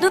¿No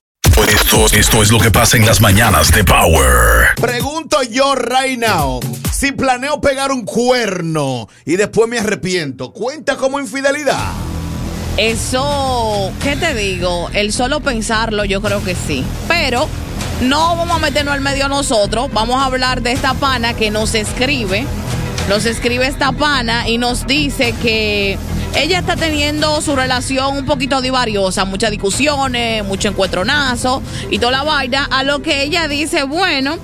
Esto, esto es lo que pasa en las mañanas de Power. Pregunto yo right now, si planeo pegar un cuerno y después me arrepiento, ¿cuenta como infidelidad? Eso, ¿qué te digo? El solo pensarlo, yo creo que sí. Pero no vamos a meternos al medio nosotros. Vamos a hablar de esta pana que nos escribe. Nos escribe esta pana y nos dice que ella está teniendo su relación un poquito divariosa, muchas discusiones, mucho encuentronazo y toda la vaina. A lo que ella dice, bueno,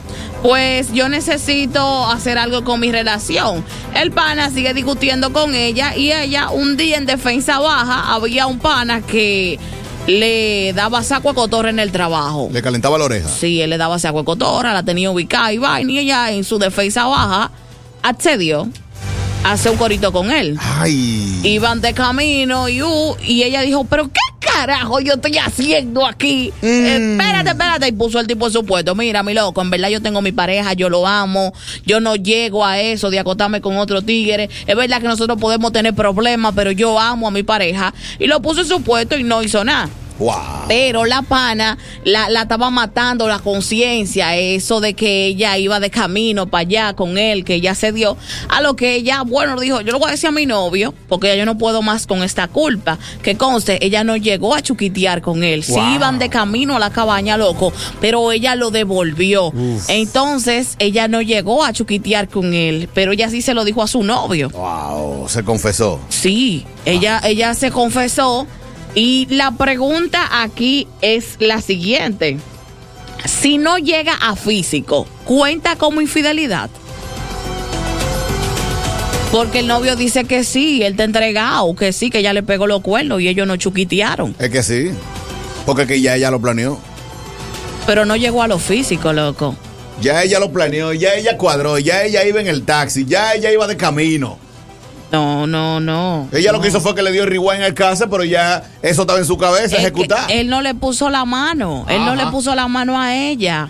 pues yo necesito hacer algo con mi relación. El pana sigue discutiendo con ella y ella un día en defensa baja había un pana que le daba saco a cotorra en el trabajo. Le calentaba la oreja. Sí, él le daba saco a cotorra, la tenía ubicada y vaina y ella en su defensa baja accedió hace un corito con él. Ah. Ay. Iban de camino y, uh, y ella dijo, pero ¿qué carajo yo estoy haciendo aquí? Espérate, espérate. Y puso el tipo en su puesto. Mira, mi loco, en verdad yo tengo mi pareja, yo lo amo, yo no llego a eso de acotarme con otro tigre. Es verdad que nosotros podemos tener problemas, pero yo amo a mi pareja. Y lo puso en su puesto y no hizo nada. Wow. Pero la pana la, la estaba matando la conciencia, eso de que ella iba de camino para allá con él, que ella se dio, a lo que ella, bueno, dijo, yo lo voy a decir a mi novio, porque ya yo no puedo más con esta culpa. Que conste, ella no llegó a chuquitear con él. Sí Wow. iban de camino a la cabaña, loco, pero ella lo devolvió. Entonces, ella no llegó a chuquitear con él, pero ella sí se lo dijo a su novio. Wow, se confesó. Sí, ella, ella se confesó y la pregunta aquí es la siguiente. Si no llega a físico, ¿cuenta como infidelidad? Porque el novio dice que sí, él te ha entregado, que sí, que ya le pegó los cuernos y ellos no chuquitearon. Es que sí. Porque que ya ella lo planeó. Pero no llegó a lo físico, loco. Ya ella lo planeó, ya ella cuadró, ya ella iba en el taxi, ya ella iba de camino. No, no, no. Ella lo que hizo fue que le dio rewind al casa, pero ya eso estaba en su cabeza, Es que ejecutar. Él no le puso la mano, él no Ajá. le puso la mano a ella.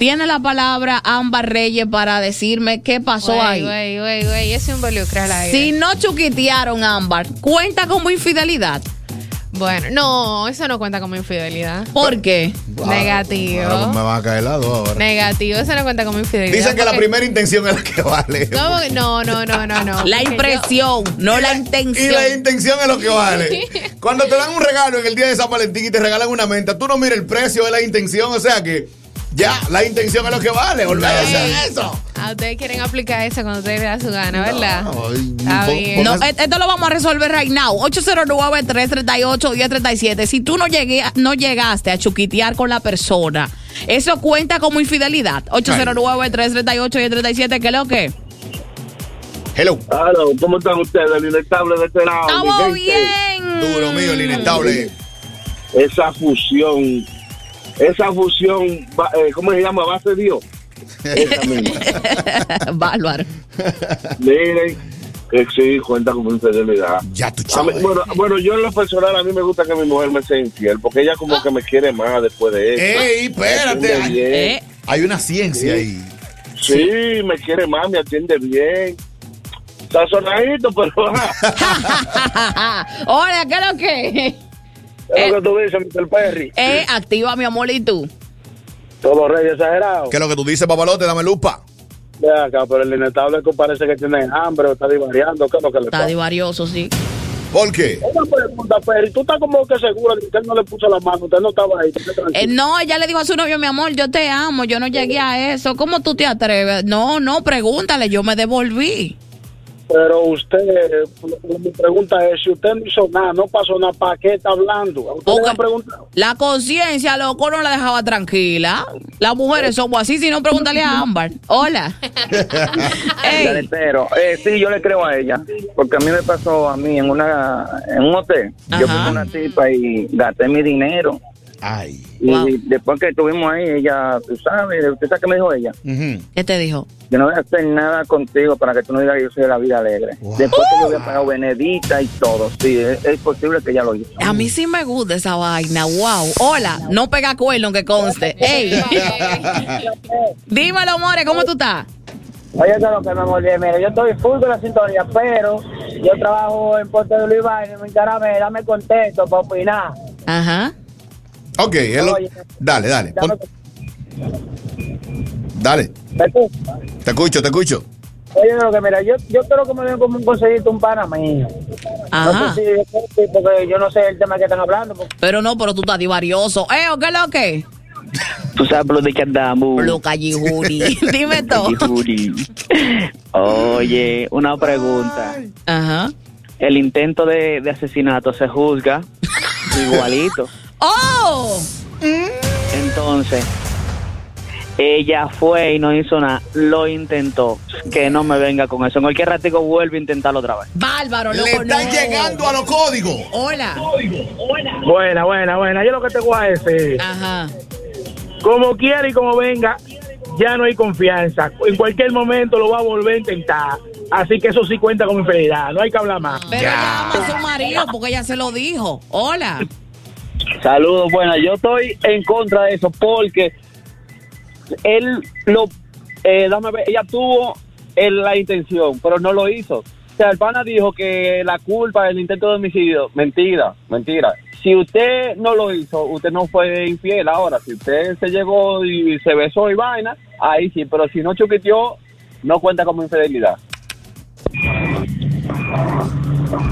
Tiene la palabra Ámbar Reyes para decirme qué pasó ahí. Güey, güey, güey, güey, eso involucra al aire. Si no chuquitearon Ámbar, cuenta como infidelidad. Bueno, no, eso no cuenta como infidelidad. ¿Por qué? Claro, Negativo. claro, Ah, me van a caer las dos ahora. Negativo, eso no cuenta como infidelidad. Dicen que la porque- primera intención es la que vale. ¿Cómo que No, no, no, no, no. La Porque yo- impresión, no la Y la intención. intención es lo que vale. Cuando te dan un regalo en el día de San Valentín y te regalan una menta, tú no miras el precio de la intención, o sea que ya, la intención es lo que vale. Olvídese de eso. Ah, ustedes quieren aplicar eso cuando ustedes les da su gana, ¿verdad? No, Está po- bien. No, et- esto lo vamos a resolver right now. 809-338-1037. Si tú no, llegué, no llegaste a chuquitear con la persona, eso cuenta como infidelidad. 809-338-1037. ¿Qué es lo que? Hello. Claro, ¿cómo están ustedes? El inestable de este lado. ¡Estamos mi gente. bien! Duro mío, el inestable. Esa fusión, esa fusión, va- eh, ¿cómo se llama? Base Dios. Esa misma. Bárbaro. Miren, que sí, cuenta con infidelidad. Ya tu A mí- chavo. eh. bueno, bueno, yo en lo personal, a mí me gusta que mi mujer me sea infiel, porque ella como que me quiere más después de eso. Ey, Eh, espérate. Me atiende Hay, bien. Eh, hay una ciencia ahí. Sí, me quiere más, me atiende bien. Sazonadito, pero... ah, Hola, ¿qué es lo que? es lo que tú dices, Mr. Perry. Eh, activa mi amor y tú. Todo rey exagerado. Que lo que tú dices, papalote, dame lupa. Ve acá, pero el inestable que parece que tiene hambre o está divariando. ¿Qué es lo que le Está pasa? divarioso, sí. ¿Por qué? Una pregunta, Ferry. Tú estás como que segura de que él no le puso la mano. Usted no estaba ahí. Usted tranquilo. Eh, no, ella le dijo a su novio, mi amor, yo te amo, yo no llegué a eso. ¿Cómo tú te atreves? No, no, pregúntale, yo me devolví. Pero usted, eh, mi pregunta es, si usted no hizo nada, no pasó nada, ¿para qué está hablando? ¿A usted le Porque han preguntado? la conciencia, loco, no la dejaba tranquila. Las mujeres somos así, si no, pregúntale a Ámbar. Hola. Ey, Pero eh, sí, yo le creo a ella, porque a mí me pasó a mí en una en un hotel. Yo fui Ajá. con una tipa y gasté mi dinero. Ay. Y Wow. después que estuvimos ahí, ella, tú sabes, usted sabe qué me dijo ella. Ujú. ¿Qué te dijo? Yo no voy a hacer nada contigo para que tú no digas que yo soy de la vida alegre. Wow. Después que yo había pagado Benedita y todo. Sí, es, es posible que ella lo hizo. A mí sí me gusta esa vaina, wow. Hola, no pega cuerno que conste. Ey, dímelo, More, ¿cómo tú estás? Oye, eso es lo que me molé. Mira, yo estoy full con la sintonía, pero yo trabajo en Puerto de Luis y mi cara me dame contento para opinar. Ajá. Ok, hello. Oye. Dale, dale. Dame- Dale. ¿Me escucha? Te escucho, te escucho. Oye, lo que mira, yo, yo creo que me dio como un consejito un pana mío. No Ajá. sé si, porque yo no sé el tema que están hablando. Porque... Pero no, pero tú estás divarioso. Eh, ¿o ¿qué es lo que? Tú sabes por de que andamos. Loca Yihuri. Dime todo. Oye, una pregunta. Ajá. El intento de, de asesinato se juzga igualito. ¡Oh! Entonces, ella fue y no hizo nada. Lo intentó. Que no me venga con eso. En cualquier ratico vuelve a intentarlo otra vez. Bárbaro, Le loco, están no. llegando a los códigos. Hola. Buena, buena, buena. Yo lo que te voy a decir. Ajá. Como quiera y como venga, ya no hay confianza. En cualquier momento lo va a volver a intentar. Así que eso sí cuenta como infidelidad. No hay que hablar más. Pero ella ama a su marido porque ella se lo dijo. Hola. Saludos, buena. Yo estoy en contra de eso porque él lo. eh, dame ver, ella tuvo el- la intención, pero no lo hizo. O sea, el pana dijo que la culpa del intento de homicidio. Mentira, mentira. Si usted no lo hizo, usted no fue infiel. Ahora, si usted se llegó y se besó y vaina, ahí sí, pero si no chuqueteó, no cuenta como infidelidad.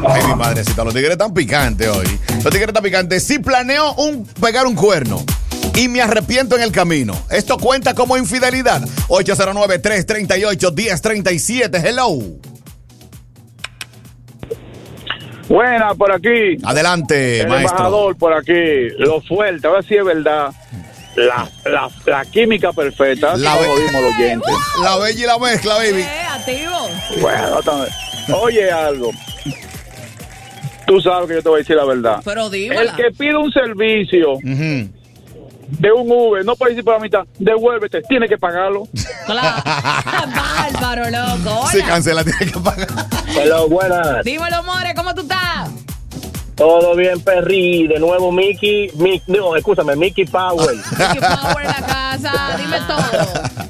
Ay, mi madrecita, los tigres están picantes hoy. Los tigres están picantes. Si planeo un, pegar un cuerno y me arrepiento en el camino, ¿esto cuenta como infidelidad? 809-338-1037. Hello. Buena, por aquí. Adelante, el maestro. embajador por aquí, lo fuerte, a ver si es verdad. La, la, la química perfecta, La como ve- dimos los oyentes. La bella y la mezcla, baby. Eh, activo. Bueno, también. oye algo. Tú sabes que yo te voy a decir la verdad. Pero El dímela. que pide un servicio Ujú. de un Uber, no puede decir por la mitad, devuélvete, tiene que pagarlo. Claro. Bárbaro, loco. Si Hola. cancela, tiene que pagar. Pero buenas. Dímelo, More, ¿cómo tú estás? Todo bien, Perry. De nuevo, Mickey. Mi- no, escúchame, Mickey Power. Qué power en la casa. Dime todo.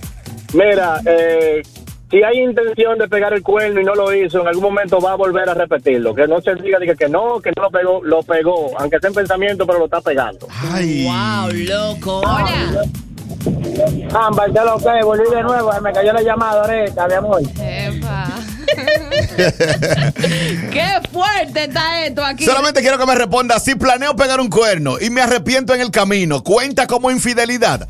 Mira, eh, si hay intención de pegar el cuerno y no lo hizo, en algún momento va a volver a repetirlo. Que no se diga diga que no, que no lo pegó, lo pegó. Aunque sea en pensamiento, pero lo está pegando. Ay. Wow, loco. Hola. Ámbar, ya lo que volví de nuevo. Me cayó la llamada ahorita, mi amor. Epa. Qué fuerte está esto aquí. Solamente quiero que me responda, si planeo pegar un cuerno y me arrepiento en el camino, ¿cuenta como infidelidad?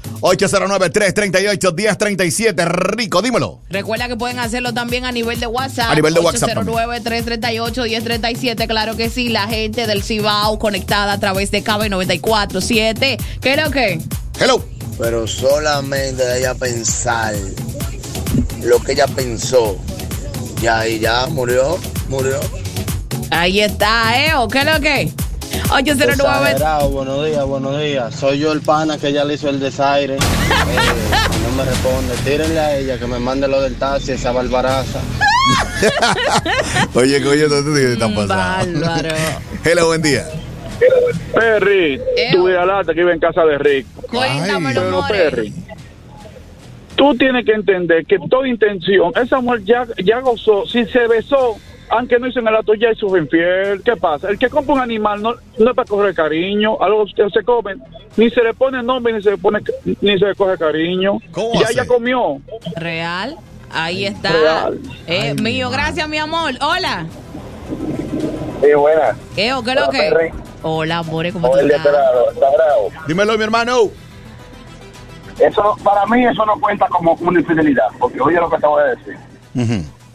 809-338-1037, rico, dímelo. Recuerda que pueden hacerlo también a nivel de WhatsApp. A nivel de WhatsApp 809-338-1037. Claro que sí, la gente del Cibao conectada a través de KB 947. ¿Qué es lo que? Hello. Pero solamente de ella pensar lo que ella pensó. Ya, y ya murió, murió. Ahí está, ¿eh? ¿O qué es lo que? 809. Exagerado, buenos días, buenos días. Soy yo el pana que ya le hizo el desaire. Eh, no me responde. Tírenle a ella que me mande lo del taxi, esa barbaraza. Oye, coño, no te Mm, están Bárbaro. Hello, buen día. Perry, Eo. tu vida lata que iba en casa de Rick. Cuéntamelo, Pero More. Perry, tú tienes que entender que toda intención, esa mujer ya, ya gozó, si se besó, aunque no hizo en el acto, ya hizo infiel. ¿Qué pasa? El que compra un animal no, no es para coger cariño, algo que se come, ni se le pone nombre, ni se le, pone, ni se le coge cariño. ¿Cómo ya hace? ya comió. Real. Ahí está. Real. Eh, mío, gracias, mi amor. Hola. Sí, buena. ¿Qué o qué lo Hola, que? Perry. Hola, More, ¿cómo O tú el estás? desesperado, está bravo. Dímelo, mi hermano. Eso, para mí eso no cuenta como una infidelidad, porque oye lo que te voy a decir.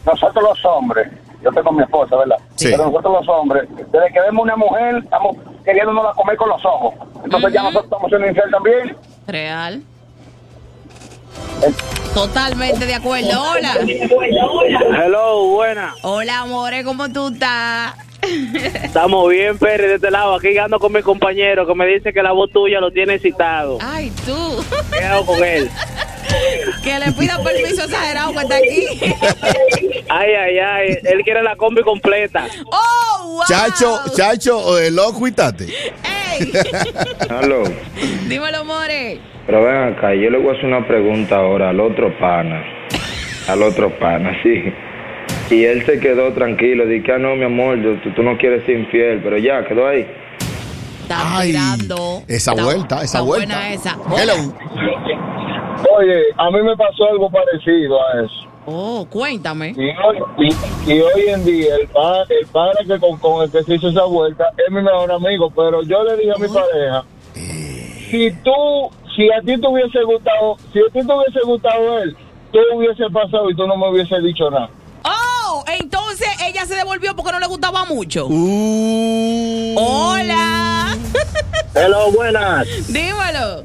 Nosotros los hombres, yo estoy con mi esposa, ¿verdad? Sí. Pero nosotros los hombres, desde que vemos una mujer, estamos queriéndonos la comer con los ojos. Entonces ya nosotros estamos siendo infiel también. Real. Totalmente de acuerdo. Hola. Hello, buena. Hola, More, ¿cómo tú estás? Estamos bien, Pérez, de este lado. Aquí ando con mi compañero que me dice que la voz tuya lo tiene excitado. Ay, tú. ¿Qué hago con él? Que le pida permiso exagerado que está aquí. Ay, ay, ay. Él quiere la combi completa. ¡Oh, wow! Chacho, chacho, el ojo y tate. ¡Ey! Aló, Dímelo, More. pero ven acá, yo le voy a hacer una pregunta ahora al otro pana. Al otro pana, sí. Y él se quedó tranquilo, dije, ah, no, mi amor, yo- tú, tú no quieres ser infiel, pero ya, quedó ahí. Está mirando. Esa vuelta, esa Está vuelta. buena esa. Hello. Oye, a mí me pasó algo parecido a eso. Oh, cuéntame. Y hoy, y- y hoy en día, el, pa- el padre que con, con el que se hizo esa vuelta es mi mejor amigo, pero yo le dije a mi pareja, si tú, si a ti te hubiese gustado, si a ti te hubiese gustado él, tú hubiese pasado y tú no me hubiese dicho nada. Oh, entonces ella se devolvió porque no le gustaba mucho. Uh. Hola. Hello, buenas. Dímelo.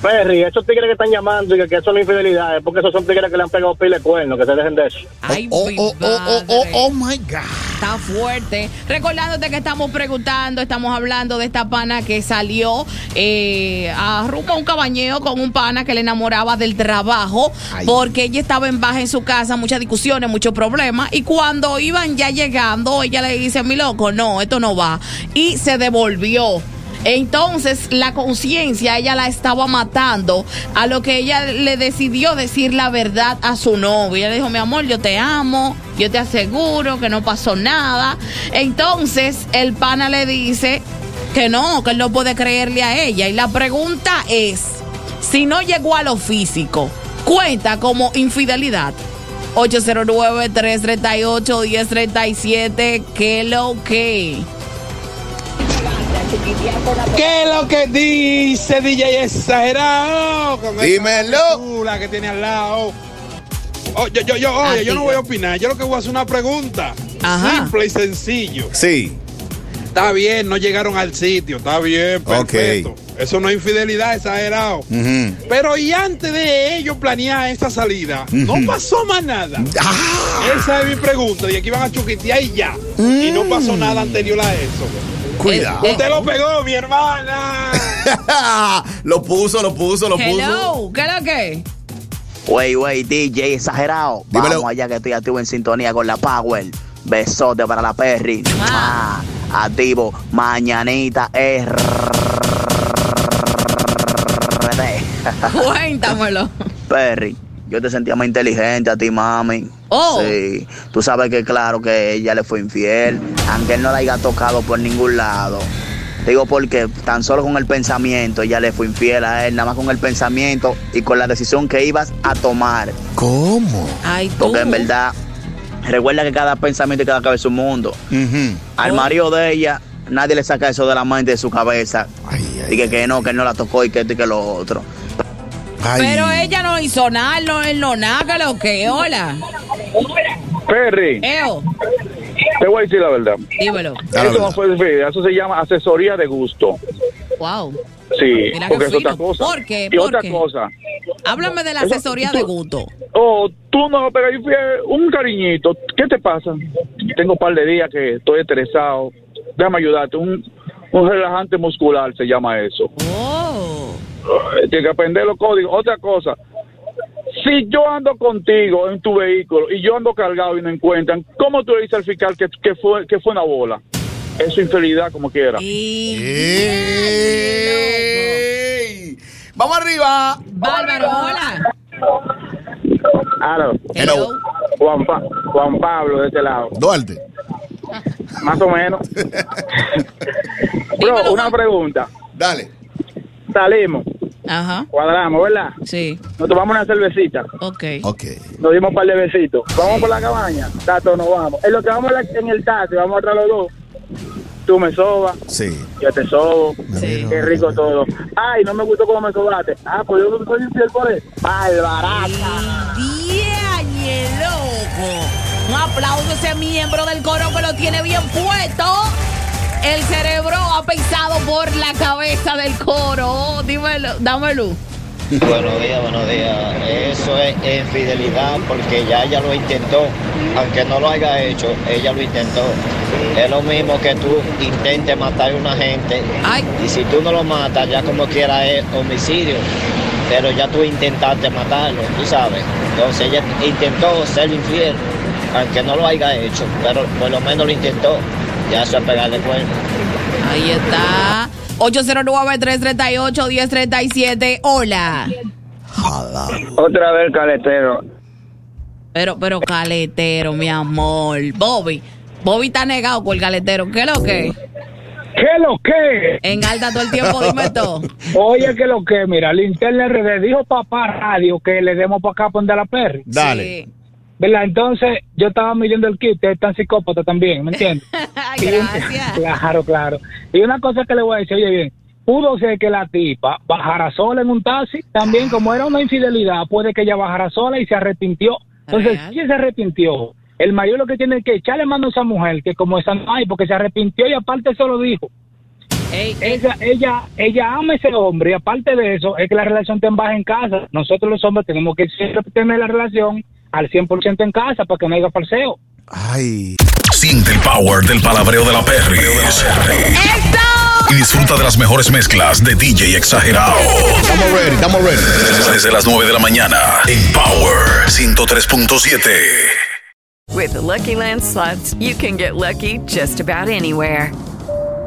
Perry, esos tigres que están llamando y que eso no infidelidad es porque esos son tigres que le han pegado pile de cuerno, que se dejen de eso. Ay, Oh, mi oh, oh, oh, oh, madre. oh, my God. Está fuerte. Recordándote que estamos preguntando, estamos hablando de esta pana que salió eh, a rumbo a un cabañeo con un pana que le enamoraba del trabajo Ay. porque ella estaba en baja en su casa, muchas discusiones, muchos problemas. Y cuando iban ya llegando, ella le dice, mi loco, no, esto no va. Y se devolvió. Entonces la conciencia ella la estaba matando a lo que ella le decidió decir la verdad a su novio. Ella le dijo, mi amor, yo te amo, yo te aseguro que no pasó nada. Entonces el pana le dice que no, que él no puede creerle a ella. Y la pregunta es, si no llegó a lo físico, ¿cuenta como infidelidad? 809-338-1037, ¿qué lo que? ¿Qué es lo que dice DJ exagerado? Con esa Dímelo. basura que tiene al lado. Oh, yo, yo, yo, oye, yo no voy a opinar. Yo lo que voy a hacer es una pregunta. Ajá. Simple y sencillo. Sí. Está bien, no llegaron al sitio. Está bien, Ok. perfecto. Eso no es infidelidad, exagerado. Ujú. Pero y antes de ellos planear esta salida, Ujú. no pasó más nada. Ah, Esa es mi pregunta. Y aquí van a chuquitear y ya. Y no pasó Mm. nada anterior a eso. cuidado. Eh, Usted lo pegó, mi hermana. lo puso, lo puso, lo puso. Hello, ¿qué es lo que? Wey, wey, DJ exagerado. Dímelo. Vamos allá que estoy activo en sintonía con la Power. Besote para la Perry. Ah. Ah, activo. Mañanita es. Cuéntamelo. Perry, yo te sentía más inteligente a ti, mami. Oh. Sí. Tú sabes que, claro, que ella le fue infiel. Aunque él no la haya tocado por ningún lado. Digo porque tan solo con el pensamiento ella le fue infiel a él, nada más con el pensamiento y con la decisión que ibas a tomar. ¿Cómo? Ay, tú. Porque Uh. en verdad, Ah, recuerda que cada pensamiento y cada cabeza es un mundo. Ujú. Al marido de ella, nadie le saca eso de la mente de su cabeza. Ay, Y ay, que, que no, que él no la tocó y que esto y que lo otro. ay. Pero ella no hizo nada, él no, él no nada, ¿qué lo que? Hola. Perry, Eo, te voy a decir la verdad. dímelo. Ah, Eso verdad. no fue infidelidad, eso se llama asesoría de gusto. Wow. Sí, Mira qué porque es fino. otra cosa. ¿Por qué? Y ¿Por otra qué? cosa. Háblame de la asesoría de gusto. Oh, tú no vas a pegar infiel, un cariñito. ¿Qué te pasa? Tengo un par de días que estoy estresado. Déjame ayudarte. Un, un relajante muscular se llama eso. Oh. Eh, Tienes que aprender los códigos. Otra cosa. Si yo ando contigo en tu vehículo y yo ando cargado y no encuentran, ¿cómo tú le dices al fiscal que, que, fue, que fue una bola? Es su infidelidad como quiera. Y... Ey. Vamos arriba. Bárbaro, hola. Claro, Hello. Juan, Pa- Juan Pablo de este lado, Duarte. más o menos. Bro, una pregunta. Dale. Salimos, Ajá. cuadramos, ¿verdad? Sí. Nos tomamos una cervecita, Ok. Ok. nos dimos un par de besitos. Vamos por la cabaña, tato, nos vamos. En lo que vamos en la- en el taxi, vamos atrás los dos. tú me sobas. Sí. Yo te sobo. Qué rico todo. Ay, no me gustó cómo me sobaste. Ah, pues yo soy infiel por él. Barbarata. ¡Diañe, loco! Un aplauso a ese miembro del coro que lo tiene bien puesto. El cerebro ha pensado por la cabeza del coro. Dímelo, dámelo. Buenos días, buenos días. Eso es infidelidad porque ya ella lo intentó. Aunque no lo haya hecho, ella lo intentó. Es lo mismo que tú intentes matar a una gente. Y si tú no lo matas, ya como quiera es homicidio. Pero ya tú intentaste matarlo, tú sabes. Entonces ella intentó ser infiel, aunque no lo haya hecho. Pero por lo menos lo intentó. Ya eso es pegarle cuerno. Ahí está. 809-338-1037. Hola. Otra vez, caletero. Pero, pero, caletero, mi amor. Bobby. Bobby está negado con el caletero. ¿Qué es lo que? ¿Qué lo que? En alta todo el tiempo, dime todo. Oye, que lo que, mira, el internet RD dijo papá radio que le demos para acá a poner la perry. Dale. ¿Verdad? Entonces, yo estaba midiendo el kit, es tan psicópata también, ¿me entiendes? Y- claro, claro. Y una cosa que le voy a decir, oye, bien, pudo ser que la tipa bajara sola en un taxi, también como era una infidelidad, puede que ella bajara sola y se arrepintió. Entonces, ¿quién se arrepintió? El mayor lo que tiene es que echarle mano a esa mujer, que como esa no hay, porque se arrepintió y aparte eso lo dijo. Ella, ella, ella ama a ese hombre y aparte de eso es que la relación te baja en casa. Nosotros los hombres tenemos que siempre tener la relación al 100% en casa para que no haya falseo. Ay. Siente el power del palabreo de la Perry. Y disfruta de las mejores mezclas de DJ Exagerado. Estamos ready, estamos ready. Desde las 9 de la mañana en Power 103.7. With the Lucky Land slots, you can get lucky just about anywhere.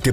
¿Te